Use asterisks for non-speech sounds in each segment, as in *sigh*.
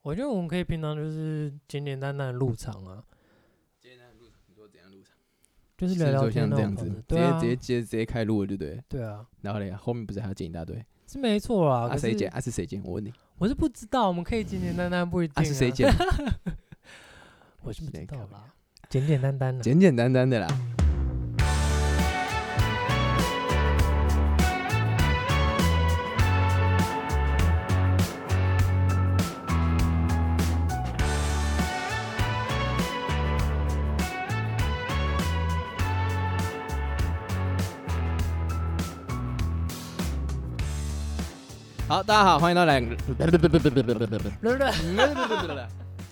我觉得我们可以平常就是简简单单的入场啊，今天入场，你说怎样入场？就是是聊聊说天像那种这样方子，式直对接啊，直接直接直接开录了，对不对？对啊，然后嘞，后面不是还要剪一大堆？是没错啦。啊可谁是剪？啊是谁剪？我问你，我是不知道，我们可以简简单单，不一定、啊是谁？剪？ *laughs* 我是不知道谁搞啦，简简单单的、简简单单的啦。好，大家好，欢迎到两个，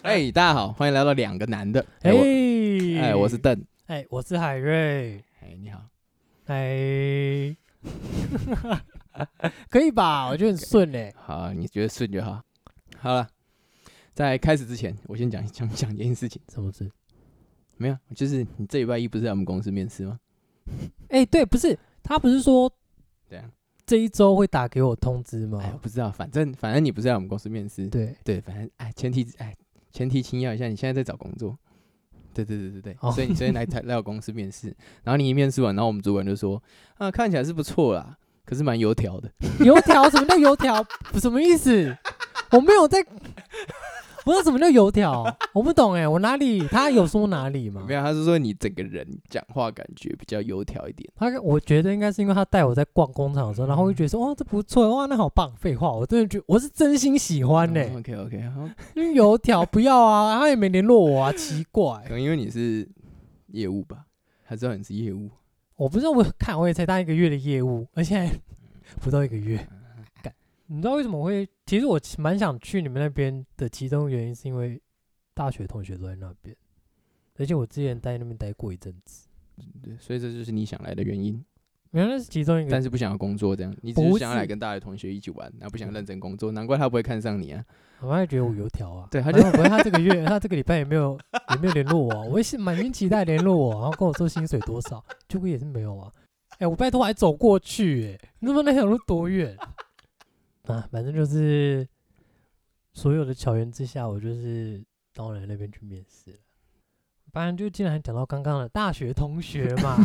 哎，大家好，欢迎来到两个男的，哎，我，哎哎，我是邓，哎、我是海瑞，哎，你好，哎， *laughs* 可以吧？我觉得很顺哎、好，你觉得顺就好。好了，在开始之前，我先讲讲讲一件事情。什么事？没有，就是你这礼拜一不是来我们公司面试吗？哎、对，不是他不是说对啊，这一周会打给我通知吗？哎，我不知道，反正反正你不是来我们公司面试。对，对，反正哎，前提哎，前提轻要一下，你现在在找工作。对对对对对，哦所以你所以来台来我公司面试，然后你一面试完，然后我们主管就说啊，看起来是不错啦，可是蛮油条的。油条什么叫油条？什么意思？我没有 *laughs* 在，不知道什么叫油条，我不懂哎、我哪里？他有说哪里吗没？有，他是说你整个人讲话感觉比较油条一点。他我觉得应该是因为他带我在逛工厂的嗯时候，然后我就觉得说哇哦这不错哇那好棒，废话，我真的觉得我是真心喜欢呢、 OK OK，好，哦因为油条不要啊，他也没联络我啊，奇怪可，能因为你是业务吧，他知道你是业务。我不知道我看我也才当一个月的业务， *laughs* 而且还不到一个月，干，你知道为什么我会？其实我蛮想去你们那边的，其中原因是因为大学同学都在那边，而且我之前在那边待过一阵子，对，所以这就是你想来的原因，原来是其中一个但是不想要工作这样，你只嗯不是是嗯想要来跟大学同学一起玩，然后不想认真工作，难怪他不会看 *laughs* 上你啊。我还觉得我油条啊，对他就不会，他这个月，他这个礼拜也没有也没有联络我、啊，我也是满心期待联络我，然后跟我说薪水多少，结果也是没有啊。哎、我拜托我还走过去、欸，你他妈那条路多远 *laughs* 啊？反正就是所有的巧缘之下，我就是到了那边去面试了。反正就竟然讲到刚刚的大学同学 *laughs* 嘛，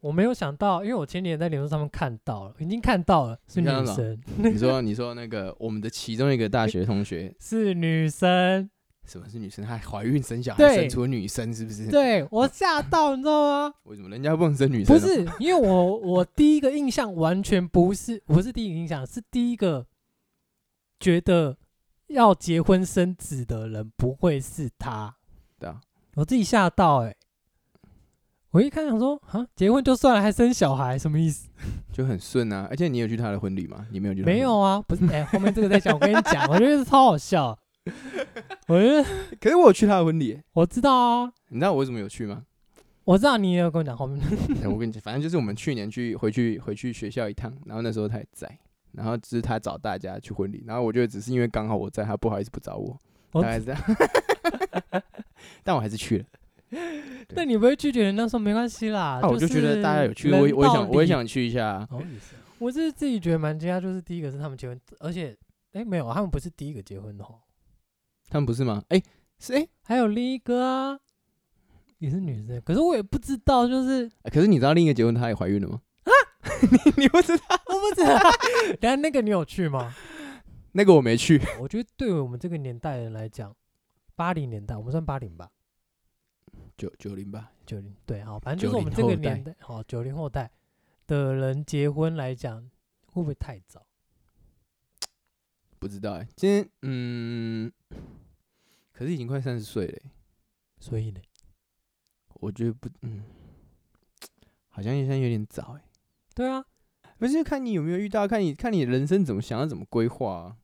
我没有想到，因为我前几年在脸书上面看到了，已经看到了是你女看到了生，你说，你说那个我们的其中一个大学同学，是女生。什么是女生？她怀孕生小对孩，生出女生是不是？对我吓到，你知道吗？为什么人家不能生女生不啊？是，因为我我第一个印象完全不是，不是第一个印象，是第一个觉得要结婚生子的人不会是他，对啊，我自己吓到哎、我一看想说啊，结婚就算了，还生小孩，什么意思？就很顺啊。而且你有去她的婚礼吗？你没有去？没有。啊，不是哎、后面这个再讲。我跟你讲，我觉得超好笑。我觉得可是我有去她的婚礼，我知道啊，你知道我为什么有去吗？我知道你也有跟我讲后面。 *laughs* 对我跟你讲，反正就是我们去年去回去回去学校一趟，然后那时候他也在，然后就是他找大家去婚礼，然后我觉得只是因为刚好我在，他不好意思不找我，哦大概是这样， *laughs* 但我还是去了。对那你不会拒绝人家说没关系啦？啊，我就觉得大家有去，我也我也想我也。想去一下啊。好意思。我是自己觉得蛮惊讶，就是第一个是他们结婚，而且哎没有，他们不是第一个结婚的哦，他们不是吗？哎、是哎、还有另一个啊，也是女生，可是我也不知道，就是可是你知道另一个结婚她也怀孕了吗？啊， *laughs* 你你不知道我不知道。 *laughs* 然后那个你有去吗？那个我没去，我觉得对我们这个年代人来讲，八零年代我们算八零吧，九九零吧，九零对，好，反正就是我们90这个后代年代，好九零后代的人结婚来讲，会不会太早？不知道哎、今天嗯，可是已经快三十岁了欸、所以呢，我觉得不嗯，好像现在有点早哎、对啊，不是看你有没有遇到，看你看你人生怎么想要怎么规划、啊。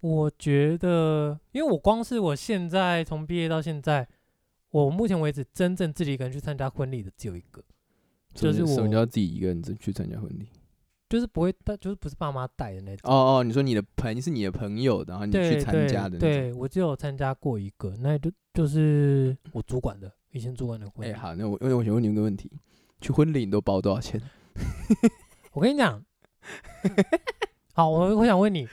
我觉得，因为我光是我现在从毕业到现在，我目前为止真正自己一个人去参加婚礼的只有一个，就是什么什我么叫自己一个人去参加婚礼？就是不会带，就是不是爸妈带的那种。哦哦，你说你的朋是你的朋友，然后你对去参对加的那种。对，我只有参加过一个，那就就是我主管的，以前主管的婚哎、礼。好，那我那我想问你一个问题：去婚礼你都包多少钱？我跟你讲，好，我我想问你， *laughs*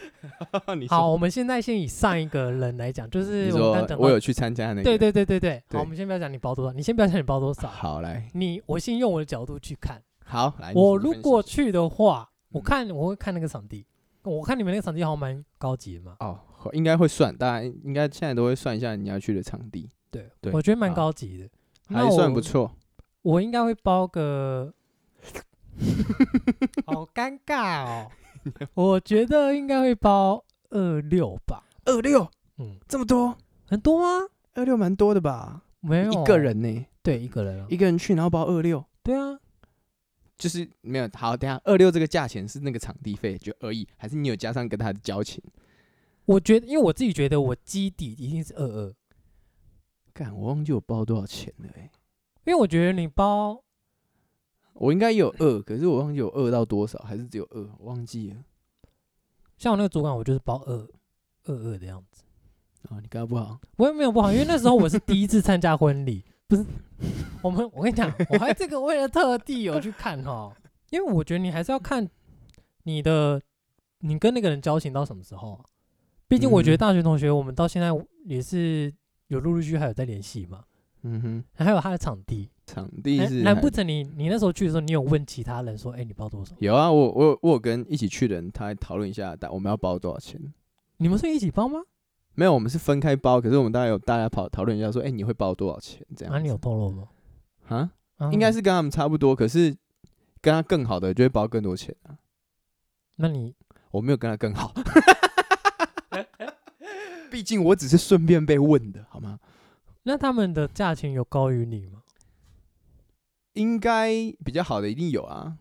你说好，我们现在先以上一个人来讲，就是你我们说刚讲我到，有去参加那个，对对对对对，对好，我们先不要讲你包多少，你先不要讲你包多少，好来，你我先用我的角度去看，好来，你我你分如析果去的话，我嗯看我会看那个场地，我看你们那个场地好像蛮高级的嘛，哦，应该会算，大家应该现在都会算一下你要去的场地，对，对我觉得蛮好高级的，那还算我不错。我应该会包 *laughs* 个，好尴尬哦。我觉得应该会包二六吧，二六，嗯，这么多，很多吗？二六蛮多的吧？没有一个，人呢，对，一个人啊，一个人去，然后包二六，对啊，就是没有好。等一下二六这个价钱是那个场地费就而已，还是你有加上跟他的交情？我觉得，因为我自己觉得我基底一定是二二，干，我忘记我包多少钱了哎、因为我觉得你包我应该有二，可是我忘记有二到多少，还是只有二，我忘记了。像我那个主管，我就是包二二二的样子，哦，你刚刚不好，我也没有不好，因为那时候我是第一次参加婚 *laughs* 礼，不是我们，我跟你讲，我还这个为了特地有去看哈，因为我觉得你还是要看你的，你跟那个人交情到什么时候啊、毕竟我觉得嗯大学同学，我们到现在也是有陆陆续续还有在联系嘛，嗯哼，还有他的场地。场地难是难还不成你你那时候去的时候，你有问其他人说，哎、你包多少？有啊，我我有我有跟一起去的人，他还讨论一下，但我们要包多少钱？你们是一起包吗？没有，我们是分开包，可是我们大概有大家跑讨论一下，说，哎、你会包多少钱？这样啊，子。你有透露吗？啊？啊应该是跟他们差不多，可是跟他更好的就会包更多钱啊。那你我没有跟他更好， *laughs* 毕竟我只是顺便被问的，好吗？那他们的价钱有高于你吗？应该比较好的一定有啊，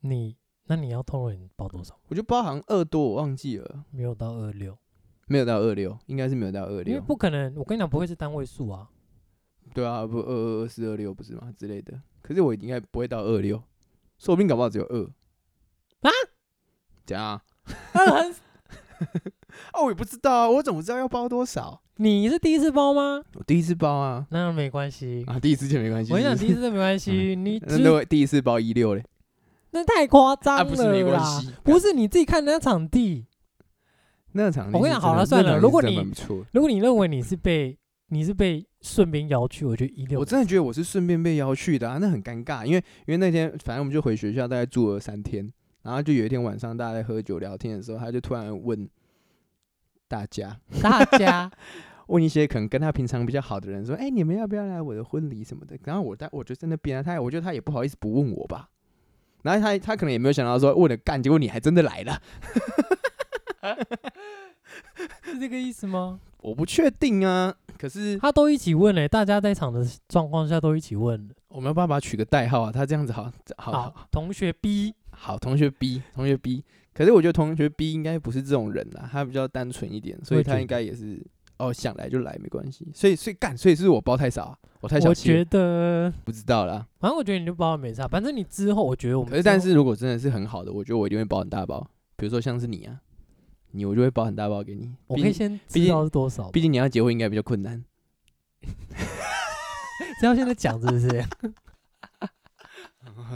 你那你要透露你包多少？我就包含二多，我忘记了，没有到二六，没有到二六，应该是没有到二因为六。不可能，我跟你讲不会是单位数啊。对啊，不二二二四二六不是吗？之类的。可是我应该不会到二六，说不定搞不好只有二啊？怎样啊？ *laughs* 哦，我也不知道啊，我怎么知道要包多少？你是第一次包吗？我第一次包啊，那没关系，啊，第一次就没关系。我跟你是讲不是第一次没关系，你 *laughs* 那只那位第一次包一六嘞，那太夸张了啊不是没关啦系不是你自己看人家场地。那场我跟你讲好了算了如果你蛮不错的，如果你认为你是被你是被顺便邀去，我觉得一六我真的觉得我是顺便被邀去的啊，那很尴尬，因为因为那天反正我们就回学校，大概住了三天，然后就有一天晚上大家在喝酒聊天的时候，他就突然问大家，哦大 *laughs* 家问一些可能跟他平常比较好的人说，哎、你们要不要来我的婚礼什么的？然后我在我就在那边啊，他也我觉得他也不好意思不问我吧。然后他他可能也没有想到说问了干，结果你还真的来了，是这个意思吗？我不确定啊。可是他都一起问嘞、大家在场的状况下都一起问了。我们要不要把他取个代号啊？他这样子好好好同学 B，好，同学 B，同学 B，可是我觉得同学 B 应该不是这种人啦，他比较单纯一点，所我以也觉他得应该也是哦，想来就来，没关系。所以，所以干，所以是我包太少啊，我太小我气觉了，得，不知道啦。反正我觉得你就包了没差，反正你之后我觉得我们可是，之后但是如果真的是很好的，我觉得我一定会包很大包，比如说像是你啊，你我就会包很大包给你。我毕可以竟，先知毕竟道是多少吧，毕竟你要结婚应该比较 *laughs* 困难。这要现在讲是不是？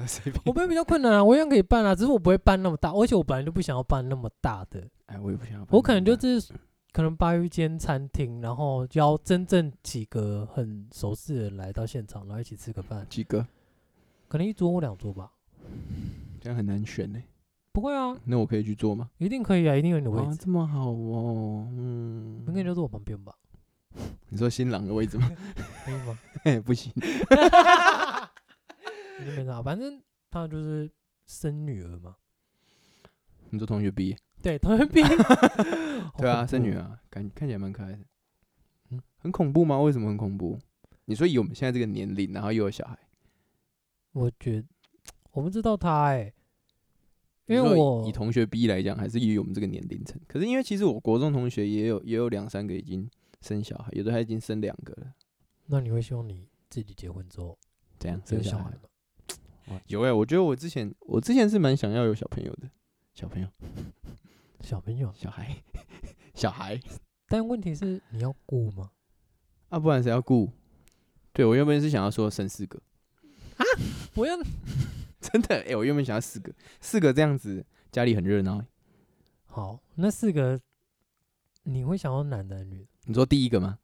随便， *laughs* 我办比较困难啊，我一样可以办啊，只是我不会办那么大，而且我本来就不想要办那么大的，哎，我也不想要办我可那能就么大是可能包一间餐厅，然后邀真正几个很熟识的人来到现场，然后一起吃个饭，几个，可能一桌或两桌吧。这样很难选呢、不会啊，那我可以去做吗？一定可以啊，一定有你的位啊，置，这么好哦，嗯，明天就坐我旁边吧，你说新郎的位置吗？ *laughs* 可以吗？哎，不行。你没啥，反正他就是生女儿嘛。你做同学 B，对，同学 B， *laughs* 对啊，生女儿。啊，感看起来蛮可爱的。嗯很恐怖吗？为什么很恐怖？你说以我们现在这个年龄，然后又有小孩，我觉得我不知道他哎、你因为说以我以同学 B 来讲，还是以我们这个年龄层。可是因为其实我国中同学也有也有两三个已经生小孩，有的他已经生两个了，那你会希望你自己结婚之后怎样有生小孩孩吗？哇有哎、我觉得我之前我之前是蛮想要有小朋友的，小朋友小朋友，小孩小孩 *laughs* 但问题是你要顾吗？啊，不然谁要顾？对我原本是想要说生四个， *laughs* 欸我要真的哎、我原本想要四个，四个这样子家里很热闹。好，那四个你会想要男的还是女的？你说第一个吗？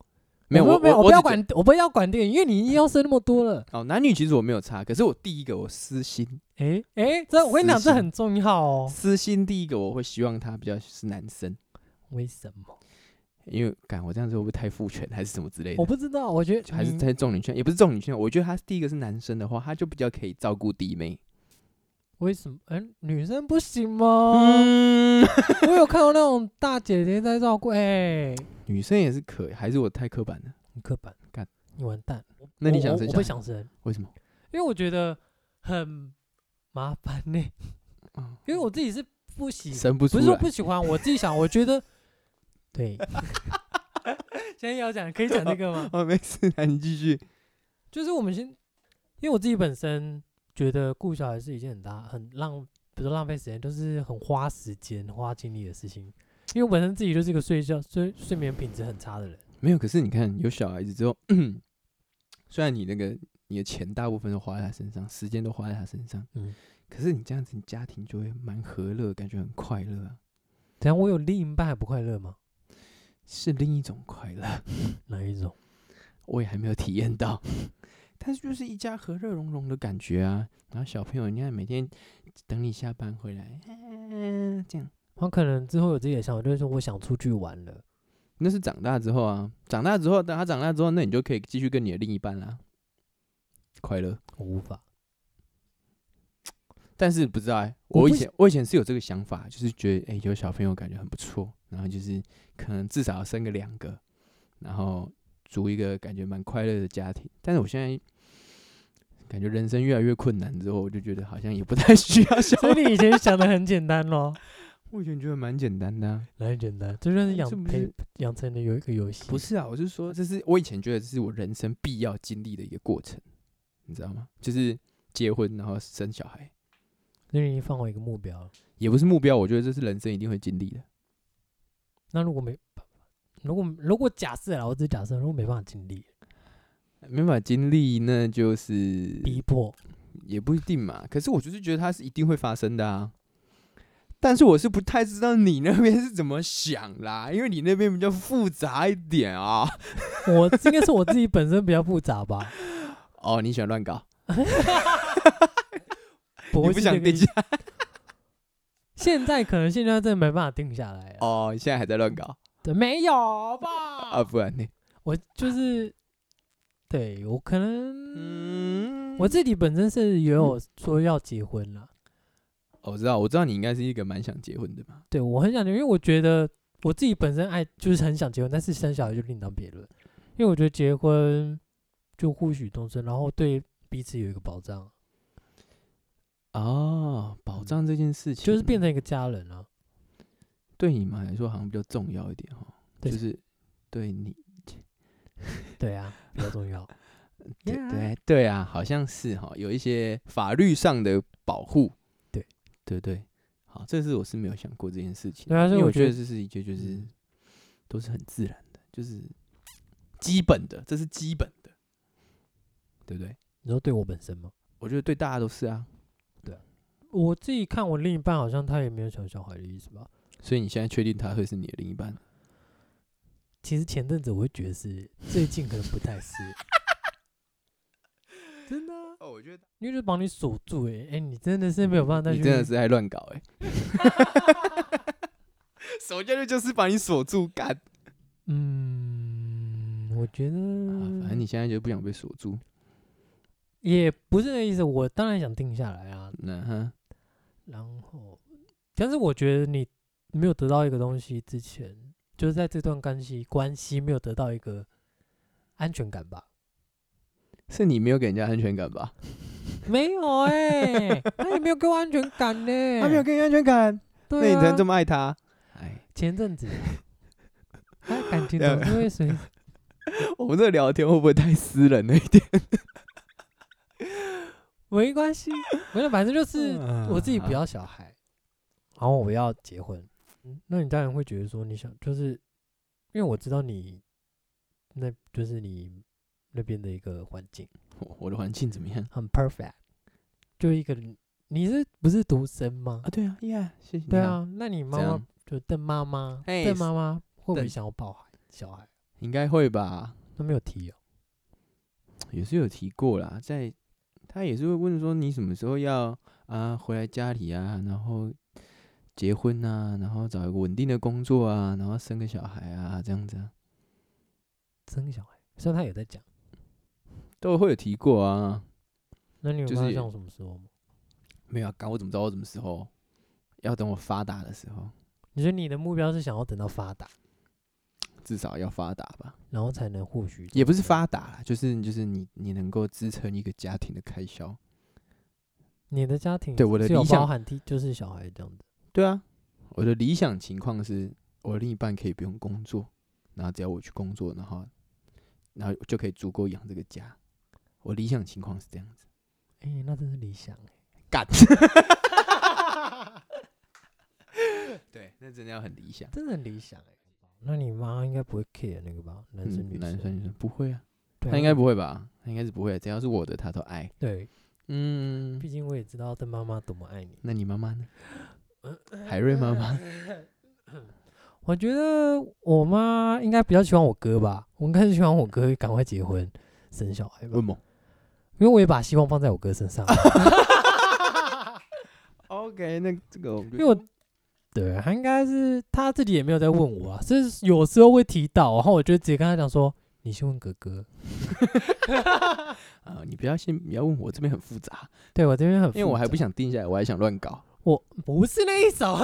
没有，我我不没有，我不要只觉管，我不要管电影，因为你已经要生那么多了。哦，男女其实我没有差，可是我第一个我私心，诶诶，这我跟你讲，私这心很重要哦。私心第一个我会希望他比较是男生，为什么？因为感我这样子会不会太父权还是什么之类的我，不知嗯道，我觉得还是你太重女权，也不是重女权，我觉得他第一个是男生的话，他就比较可以照顾弟妹。为什么？嗯，女生不行吗？嗯，我有看到那种大姐姐在照顾，哎，女生也是可以，还是我太刻板了？你刻板，干，你完蛋。那你我想我生我小不孩？想生，为什么？因为我觉得很麻烦呢。嗯因为我自己是不喜生不出不是说来。不喜欢，我自己想，我觉 *laughs* 得对。现在要讲，可以讲这个吗？ *laughs* 哦，没事，那你继续。就是我们先，因为我自己本身觉得顾小孩是一件很大、很浪，不是浪费时间，就是很花时间、花精力的事情。因为我本身自己就是一个睡觉、睡睡眠品质很差的人，没有，可是你看，有小孩子之后，嗯虽然你那个你的钱大部分都花在他身上，时间都花在他身上，嗯可是你这样子，你家庭就会蛮和乐，感觉很快乐啊，等下我有另一半还不快乐吗？是另一种快乐，哪一种？我也还没有体验到。 *laughs* 但是就是一家和乐融融的感觉啊，然后小朋友，你看每天等你下班回来， *laughs* 嗯，这样我可能之后有自己的想法，就是说我想出去玩了。那是长大之后啊，长大之后，等他长大之后，那你就可以继续跟你的另一半啦，快乐。我无 *laughs* 法，但是不知道、欸，我我以不前我以前是有这个想法，就是觉得哎、欸有小朋友感觉很不错，然后就是可能至少要生个两个，然后组一个感觉蛮快乐的家庭。但是我现在感觉人生越来越困难之后，我就觉得好像也不 *laughs* 太需要小所孩。以你以前想的很简单咯，我以前觉得蛮简单的、啊，哪里简单？这就是是养哎不培是养成的有一个游戏，不是啊，我是说这是我以前觉得这是我人生必要经历的一个过程，你知道吗？就是结婚然后生小孩，因为你放我一个目标了。也不是目标，我觉得这是人生一定会经历的。那如果没，如果如果假设啦，我只是假设，如果没办法经历，没法经历，那就是逼 *laughs* 迫，也不一定嘛。可是我就是觉得它是一定会发生的啊。但是我是不太知道你那边是怎么想啦，因为你那边比较复杂一点啊。我这个是我自己本身比较复杂 *laughs* 吧，哦，你喜欢乱搞，不你会不是想这个定意下思。现在可能现在真的没办法定下来了，哦，现在还在乱搞对，没有 *laughs* 吧？啊？不然呢？我就是，对我可能、嗯，我自己本身是也有说要结婚啦，哦我知道，我知道你应该是一个蛮想结婚的嘛。对我很想结婚，因为我觉得我自己本身爱就是很想结婚，但是生小孩就另当别论，因为我觉得结婚就互许终身，然后对彼此有一个保障。哦，保障这件事情就是变成一个家人啊。对你们来说好像比较重要一点哦，对就是对你对啊，比较重要。 *laughs* 对 Yeah 对对啊，好像是哈，有一些法律上的保护。对对对，好，这是我是没有想过这件事情。对啊所以因为我我觉觉得得这是一个就是嗯都是很自然的，就是基本的，这是基本的，对不对？你说对我本身吗？我觉得对大家都是啊，我自己看我另一半好像他也没有想小孩的意思吧。所以你现在确定他会是你的另一半？其实前阵子我会觉得是，最近可能不太 *laughs* 是。真的啊、哦，我觉得因为就把你锁住、欸，哎、你真的是没有办法再你去。真的是爱乱搞哎、 *laughs* 手下去就是把你锁住干啊！嗯，我觉得、啊反正你现在就不想被锁住，也不是那个意思。我当然想定下来啊，那哈，然后，但是我觉得你没有得到一个东西之前，就是在这段关系关系没有得到一个安全感吧？是你没有给人家安全感吧？没有哎、 *laughs* 他也没有给我安全感呢、他没有，给你安全感，那嗯对你啊，才能这么爱他。哎，前阵子，他感情总是会随 *laughs* 我们这个聊天会不会太私人了一点？没关系，没有，反正嗯就是我自己不比较要小孩，然后我要结婚，嗯那你当然会觉得说你想就是，因为我知道你，那就是你那边的一个环境。我的环境怎么样？很 perfect，就一个你是不是独生吗啊，？对啊，呀，谢谢。对，啊，那你妈妈怎样就邓妈妈，嘿邓妈妈会不会邓想要抱孩小孩？应该会吧？都没有提哦。也是有提过啦，在他也是会问说你什么时候要啊回来家里啊，然后结婚啊，然后找一个稳定的工作啊，然后生个小孩啊，这样子啊，生个小孩，虽然他有在讲，都会有提过啊。那你有就跟他是讲什么时候吗？没有啊，刚我怎么知道我什么时候？要等我发达的时候，你说你的目标是想要等到发达，至少要发达吧。然后才能获取，也不是发达啦，就是就是你你能够支撑一个家庭的开销。你的家庭对我的是有理想包含提就是小孩这样子，对啊，我的理想情况是我的另一半可以不用工作，然后只要我去工作，然后然后就可以足够养这个家。我理想情况是这样子，哎、那真是理想哎、干。 *laughs* 对，那真的要很理想。真的很理想哎、那你妈应该不会 care 那个吧？男生嗯，女男生，生女生不会啊，对啊他应该不会吧？他应该是不会，只要是我的，他都爱。对，嗯，毕竟我也知道邓妈妈多么爱你。那你妈妈呢？呃海瑞妈妈，我觉得我妈应该比较喜欢我哥吧，我应该是喜欢我哥赶快结婚生小孩吧问，我。因为我也把希望放在我哥身上。啊 *laughs* OK，那这个我们就因为我对啊他应该是他自己也没有在问我啊，是有时候会提到，然后我就直接跟他讲说：“你先问哥哥。啊，你不要先不要问我这边很复杂，对”我这边很复杂，因为我还不想定下来，我还想乱搞。我不是那一首。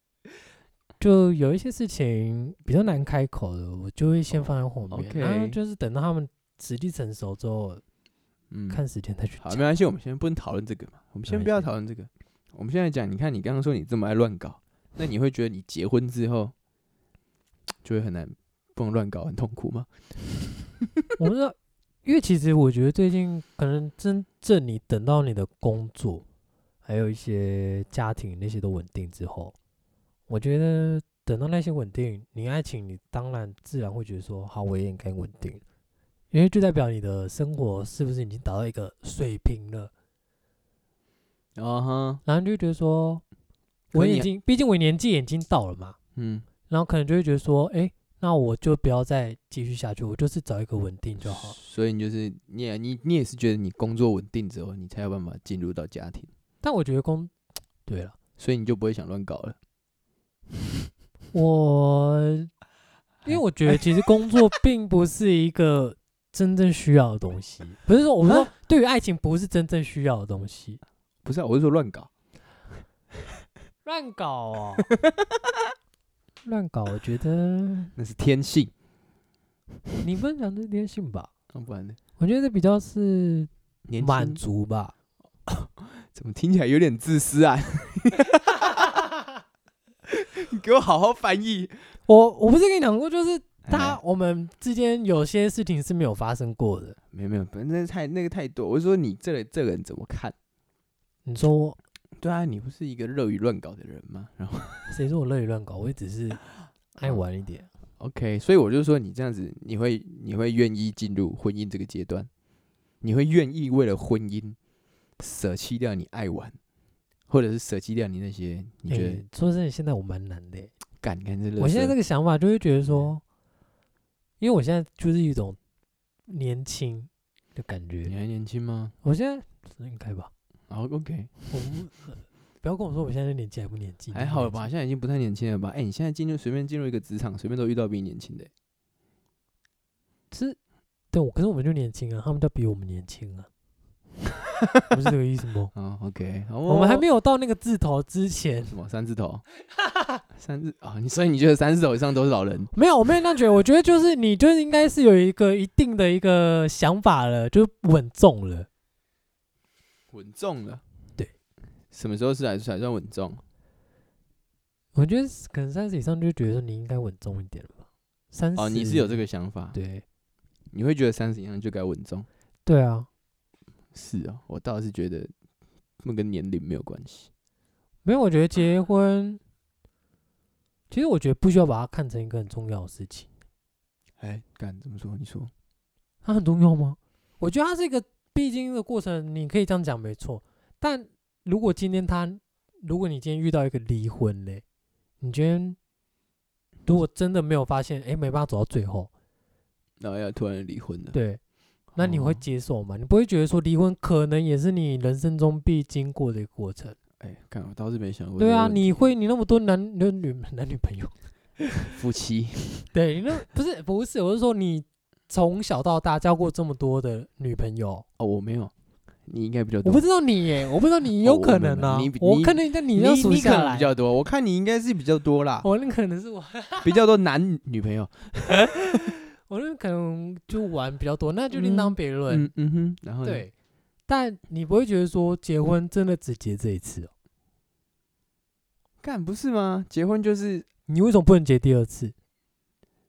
*laughs* 就有一些事情比较难开口的，我就会先放在后面， OK 然后就是等到他们实际成熟之后，嗯，看时间再去好，讲没。关系，我们先不能讨论这个嘛，我们先没不要关系讨论这个，我们现在讲，你看你刚刚说你这么爱乱搞，那你会觉得你结婚之后就会很难不能乱搞，很痛苦吗？我不知道，因为其实我觉得最近可能真正你等到你的工作，还有一些家庭那些都稳定之后，我觉得等到那些稳定，你爱情你当然自然会觉得说，好，我也应该稳定，因为就代表你的生活是不是已经达到一个水平了，啊哈，然后你就会觉得说，可我你已经，毕竟我年纪也已经到了嘛，嗯，然后可能就会觉得说，哎、那我就不要再继续下去，我就是找一个稳定就好。所以你就是你也你你也是觉得你工作稳定之后，你才有办法进入到家庭，但我觉得工，对了。所以你就不会想乱搞了。我，因为我觉得其实工作并不是一个真正需要的东西，不是说我们说对于爱情不是真正需要的东西。不是、啊，我是说乱搞。乱搞 *laughs* 哦，乱搞，我觉得那是天性，你不能讲这是天性吧？要、不然呢？我觉得这比较是年满轻足吧。怎么听起来有点自私啊？ *laughs* 你给我好好翻译。我我不是跟你讲过，就是他哎我们之间有些事情是没有发生过的。没有没有，反正太那个太多。我是说你这个这个人怎么看？你说我对啊，你不是一个乐于乱搞的人吗？然后谁说我乐意乱搞？我也只是爱玩一点。 OK，所以我就说你这样子，你会你会愿意进入婚姻这个阶段？你会愿意为了婚姻舍弃掉你爱玩，或者是舍弃掉你那些你哎，觉得说真的，现在我蛮难的欸、干干这？我现在这个个想法就会觉得说，因为我现在就是一种年轻的感你觉。还年轻吗？我现在应该吧，好 OK，我不不要跟我说我现在年纪还不年纪，还好吧，？现在已经不太年轻了吧？哎、你现在进入随便进入一个职场，随便都遇到比你年轻的、是，对，我可是我们就年轻啊，他们都比我们年轻 *laughs* 啊，不是这个意思吗？啊、o k 我们还没有有到那个字头之前，什么三 *laughs* 字头，三字啊、你所以你觉得三字头以上都是老人？没有，我没有那样觉得。我觉得就是你就是应该是有一个一定的一个想法了，就是稳重了。稳重了。对，什么时候是才才算稳重？我觉得是可能三十以上就觉得说你应该稳重一点了吧。三十哦，你是有这个想法，，对你会觉得三十以上就该稳重？对啊，是哦，我倒是觉得那跟年龄没有关系。没有，我觉得结婚，其实我觉得不需要把它看成一个很重要的事情，哎，敢怎么说？你说它很重要吗？我觉得它是一个必经的过程，你可以这样讲没错，但如果今天他，如果你今天遇到一个离婚嘞，你今天如果真的没有发现，哎、没办法走到最后，然后要突然离婚了，对，那你会哦接受吗？你不会觉得说离婚可能也是你人生中必经过的一个过程？哎，看我倒是没想过这对个啊，问题。你会你那么多男女女男女朋友，夫妻，对，你那不是不是，我是说你从小到大交过这么多的女朋友，哦，我没有，你应该比较我多。不知道你耶，我不知道你有哦可我没有能啊没有你，我你看能在你你要数你可下能来哦比，较多，我看你应该是比较多啦，我那可能是我，比较多男女朋友。我那可能就玩比较多，那就嗯另当别论。嗯嗯哼，然后呢，对，但你不会觉得说结婚真的只结这一次哦？干不是吗？结婚就是，你为什么不能结第二次？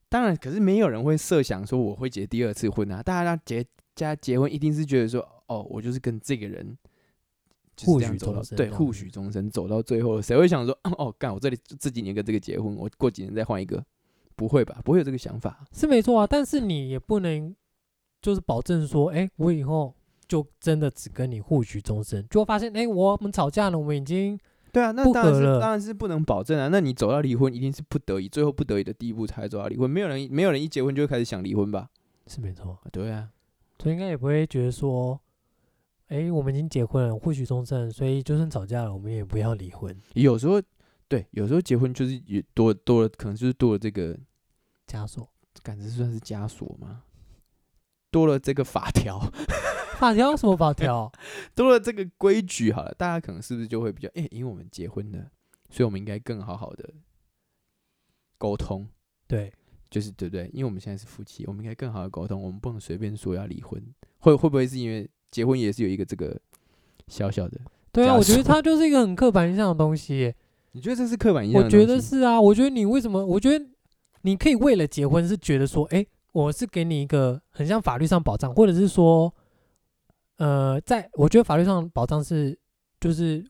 当然，可是没有人会设想说我会结第二次婚啊。大家结家结婚一定是觉得说，哦，我就是跟这个人。就是互这样许走到终身对，这样互子许终身走到最后，谁会想说，哦，干，我这里这几年跟这个结婚，我过几年再换一个？不会吧？不会有这个想法。是没错啊，但是你也不能就是保证说，哎、我以后就真的只跟你互许终身，就会发现，哎、我们吵架了，我们已经对啊，那不当然可是了当然是不能保证啊。那你走到离婚，一定是不得已，最后不得已的地步才会走到离婚。没有人没有人一结婚就会开始想离婚吧？是没错，对啊，所以应该也不会觉得说，哎、我们已经结婚了，互许终身，所以就算吵架了，我们也不要离婚，有时候对，有时候结婚就是也多多了，可能就是多了这个，枷锁。感觉算是枷锁吗？多了这个法条， *laughs* 法条什么法条？ *laughs* 多了这个规矩，好了，大家可能是不是就会比较哎、因为我们结婚了，所以我们应该更好好的沟通，对，就是对不对？因为我们现在是夫妻，我们应该更好的沟通，我们不能随便说要离婚。会会不会是因为结婚也是有一个这个小小的？对啊，枷我觉得锁它就是一个很刻板印象的东西耶。你觉得这是刻板印象我的东西？觉得是啊，我觉得你为什么？我觉得你可以为了结婚是觉得说，哎、我是给你一个很像法律上保障，或者是说，呃，在我觉得法律上保障是就是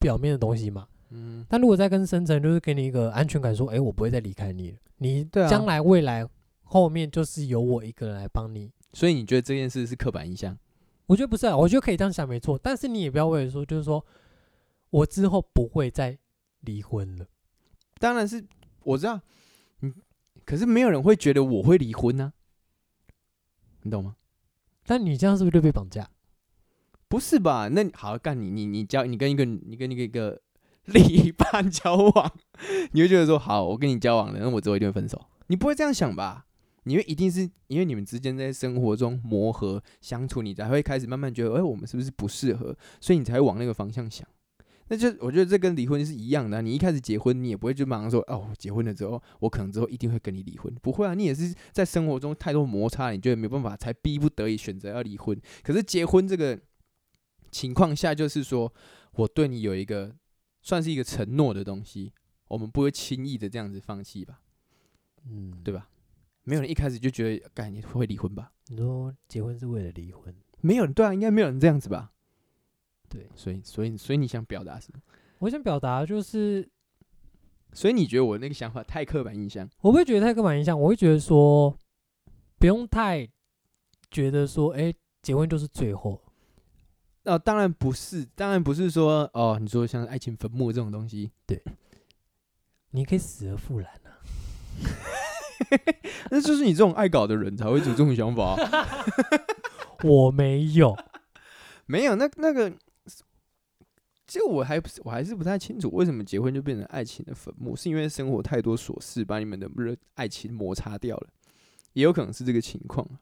表面的东西嘛。嗯，但如果再跟深层，就是给你一个安全感，说，哎、我不会再离开你了，你对啊将来未来后面就是由我一个人来帮你。所以你觉得这件事是刻板印象？我觉得不是、啊，我觉得可以这样想没错，但是你也不要为了说，就是说我之后不会再离婚了。当然是我知道，嗯，可是没有人会觉得我会离婚呢、你懂吗？但你这样是不是就被绑架？不是吧？那你好干你你你交你跟一个你跟一个一个 *laughs* 另一半交往，你会觉得说好，我跟你交往了，那我之后一定会分手。你不会这样想吧？你会一定是因为你们之间在生活中磨合相处，你才会开始慢慢觉得，哎、我们是不是不适合？所以你才会往那个方向想。那就我觉得这跟离婚是一样的啊、你一开始结婚，你也不会就马上说，哦，我结婚了之后，我可能之后一定会跟你离婚。不会啊，你也是在生活中太多摩擦，你觉得没办法，才逼不得已选择要离婚。可是结婚这个情况下，就是说我对你有一个算是一个承诺的东西，我们不会轻易的这样子放弃吧，嗯，对吧？没有人一开始就觉得，干你会离婚吧？你说结婚是为了离婚，没有人，对啊，应该没有人这样子吧？对，所以，所以，所以你想表达什么？我想表达就是，所以你觉得我那个想法太刻板印象？我不会觉得太刻板印象，我会觉得说不用太觉得说，哎、结婚就是最后，那、哦当然不是，当然不是说哦，你说像爱情坟墓这种东西，你可以死而复燃啊。那就是你这种爱搞的人才会有这种想法啊、我没有，没有，那那个，其实我还不是我还是不太清楚为什么结婚就变成爱情的坟墓，是因为生活太多琐事把你们的热爱情摩擦掉了，也有可能是这个情况。啊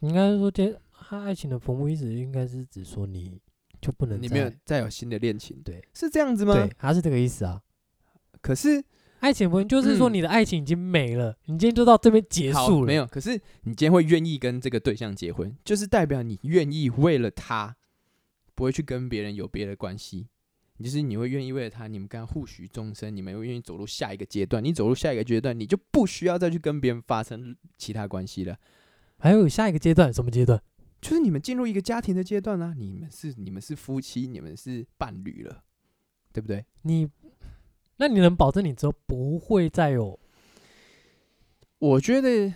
你应该是说结他爱情的坟墓，意思应该是指说你就不能你没有再再有新的恋情，对，是这样子吗？对，他是这个意思啊。可是爱情不就是说嗯你的爱情已经没了，你今天就到这边结好束了。没，有，可是你今天会愿意跟这个对象结婚，就是代表你愿意为了他，不会去跟别人有别的关系。你就是你会愿意为了他，你们跟他互许终身，你们会愿意走入下一个阶段。你走入下一个阶段，你就不需要再去跟别人发生其他关系了。还有下一个阶段，什么阶段？就是你们进入一个家庭的阶段啦、你们是你们是夫妻，你们是伴侣了，对不对？你，那你能保证你之后不会再有？我觉得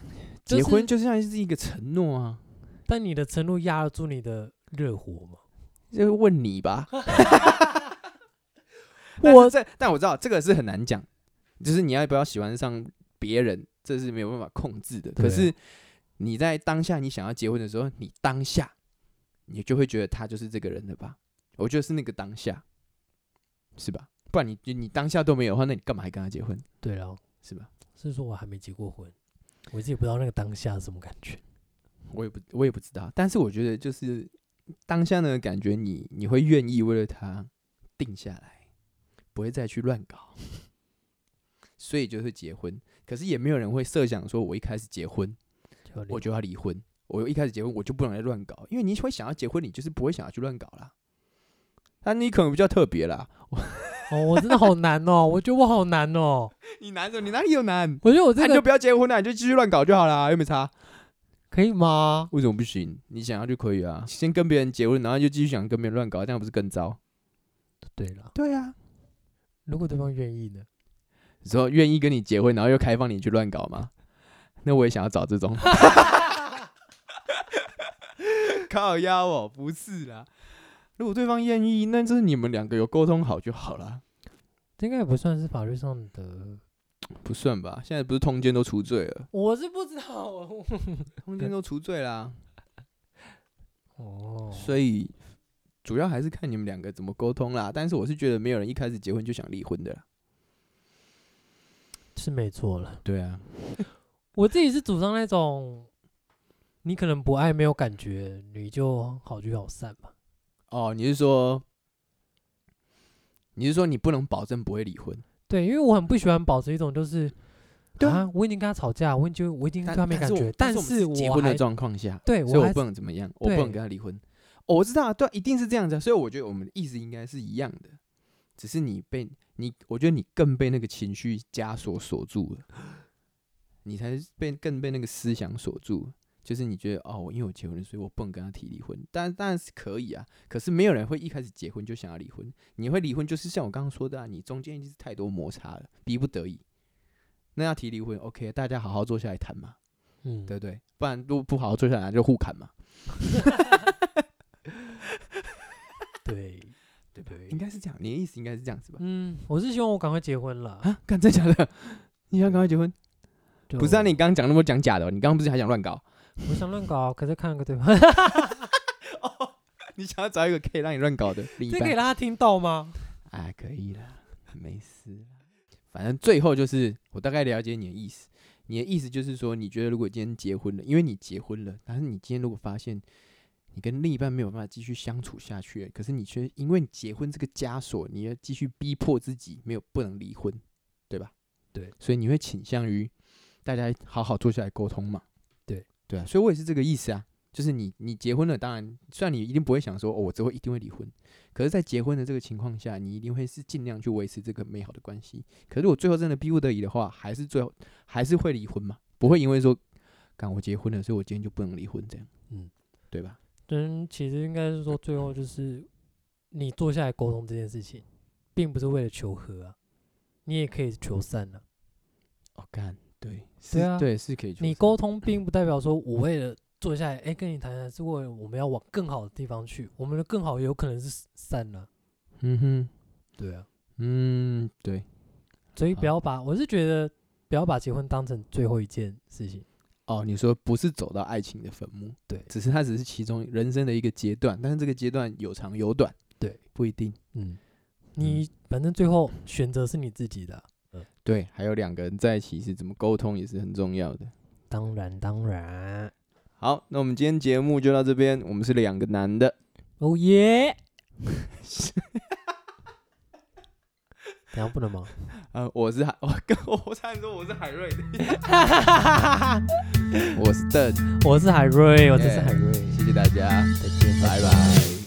就结是婚就像是一个承诺啊，但你的承诺压得住你的热火吗？就问你 *laughs* 吧。但是我这，但我知道这个是很难讲，就是你要不要喜欢上别人，这是没有办法控制的。对可啊是你在当下你想要结婚的时候，你当下你就会觉得他就是这个人了吧？我觉得是那个当下，是吧？不然你你你当下都没有的话，那你干嘛还跟他结婚？对了，是吧？是说我还没结过婚，我自己不知道那个当下是什么感觉。我也不我也不知道，但是我觉得就是当下呢，感觉你你会愿意为了他定下来，不会再去乱搞，所以就会结婚。可是也没有人会设想说，我一开始结婚就我就要离婚，我一开始结婚我就不能再乱搞，因为你会想要结婚，你就是不会想要去乱搞啦。那你可能比较特别啦，哦，我真的好难哦，我觉得我好难哦，你难什么？你哪里有难？我觉得我 *laughs* 这那、你就个不要结婚了，你就继续乱搞就好啦，又没差。可以吗？为什么不行？你想要就可以啊，先跟别人结婚，然后就继续想跟别人乱搞，这样不是更糟？对了，对啊，如果对方愿意呢？你说愿意跟你结婚，然后又开放你去乱搞吗？那我也想要找这 *laughs* 种。靠腰哦，不是啦。如果对方愿意，那就是你们两个有沟通好就好啦。这应该也不算是法律上的，不算吧？现在不是通奸都除罪了，我是不知道。啊我通奸都除罪啦，哦，所以主要还是看你们两个怎么沟通啦。但是我是觉得没有人一开始结婚就想离婚的啦。是没错了。对啊，我自己是主张那种，你可能不爱没有感觉，你就好聚好散吧。哦，你是说，你是说你不能保证不会离婚？对，因为我很不喜欢保持一种就是，对啊啊，我已经跟他吵架，我已经我已经对他没感觉，但但我们是是结我婚的还状况下，对所以哎我我还不是能怎么样，我不能对跟他离婚。哦，我知道啊，对啊，一定是这样子啊。所以我觉得我们的意思应该是一样的，只是你被你，我觉得你更被那个情绪枷锁锁住了，你才被更被那个思想锁住了。就是你觉得哦，我因为我结婚了，所以我不能跟他提离婚，但当然是可以啊。可是没有人会一开始结婚就想要离婚，你会离婚就是像我刚刚说的、啊，你中间一定是太多摩擦了，逼不得已。那要提离婚，OK，大家好好坐下来谈嘛。嗯，对不对？不然如果不好好坐下来就互砍嘛，对对应对，该是这样，你的意思应该是这样子吧？嗯，我是希望我赶快结婚了。啊，干真假的？ *laughs* 你想赶快结婚？就不是啊，你刚刚讲那么多讲假的哦，你刚刚不是还想乱搞？我想乱搞，啊可是看个对方， *laughs* 你想要找一个可以让你乱搞的另 *laughs* 一这可以半？让他听到吗？啊，可以啦，没事啦。反正最后就是，我大概了解你的意思。你的意思就是说，你觉得如果今天结婚了，因为你结婚了，但是你今天如果发现你跟另一半没有办法继续相处下去了，可是你却因为你结婚这个枷锁，你要继续逼迫自己没有不能离婚，对吧？对，所以你会倾向于大家好好坐下来沟通嘛？对，对啊，所以我也是这个意思啊。就是你，你结婚了，当然，虽然你一定不会想说，哦，我之后一定会离婚，可是，在结婚的这个情况下，你一定会是尽量去维持这个美好的关系。可是，我最后真的逼不得已的话，还是最后还是会离婚嘛？不会因为说，干我结婚了，所以我今天就不能离婚这样，嗯，对吧？嗯，其实应该是说，最后就是你坐下来沟通这件事情，并不是为了求和啊，你也可以求散啊。哦，干，对，是对啊对，是可以求你生沟通 *clears throat* 并不代表说我为了坐下来，哎、跟你谈谈，是为了我们要往更好的地方去，我们的更好有可能是啊散了、嗯哼，对啊，嗯，对，所以好不要把，我是觉得不要把结婚当成最后一件事情。哦，你说不是走到爱情的坟墓，对只是它只是其中人生的一个阶段，但是这个阶段有长有短，对，不一定。嗯，你反正最后选择是你自己的啊、对，还有两个人在一起是怎么沟通也是很重要的。当然当然，好，那我们今天节目就到这边，我们是两个男的。哦 *laughs* 耶！等一下不能吗？呃，我是海， *laughs* 我跟我差点说我是海瑞的，我是邓， *laughs* *laughs* 我是海瑞，我这是海瑞，谢谢大家，再见，拜拜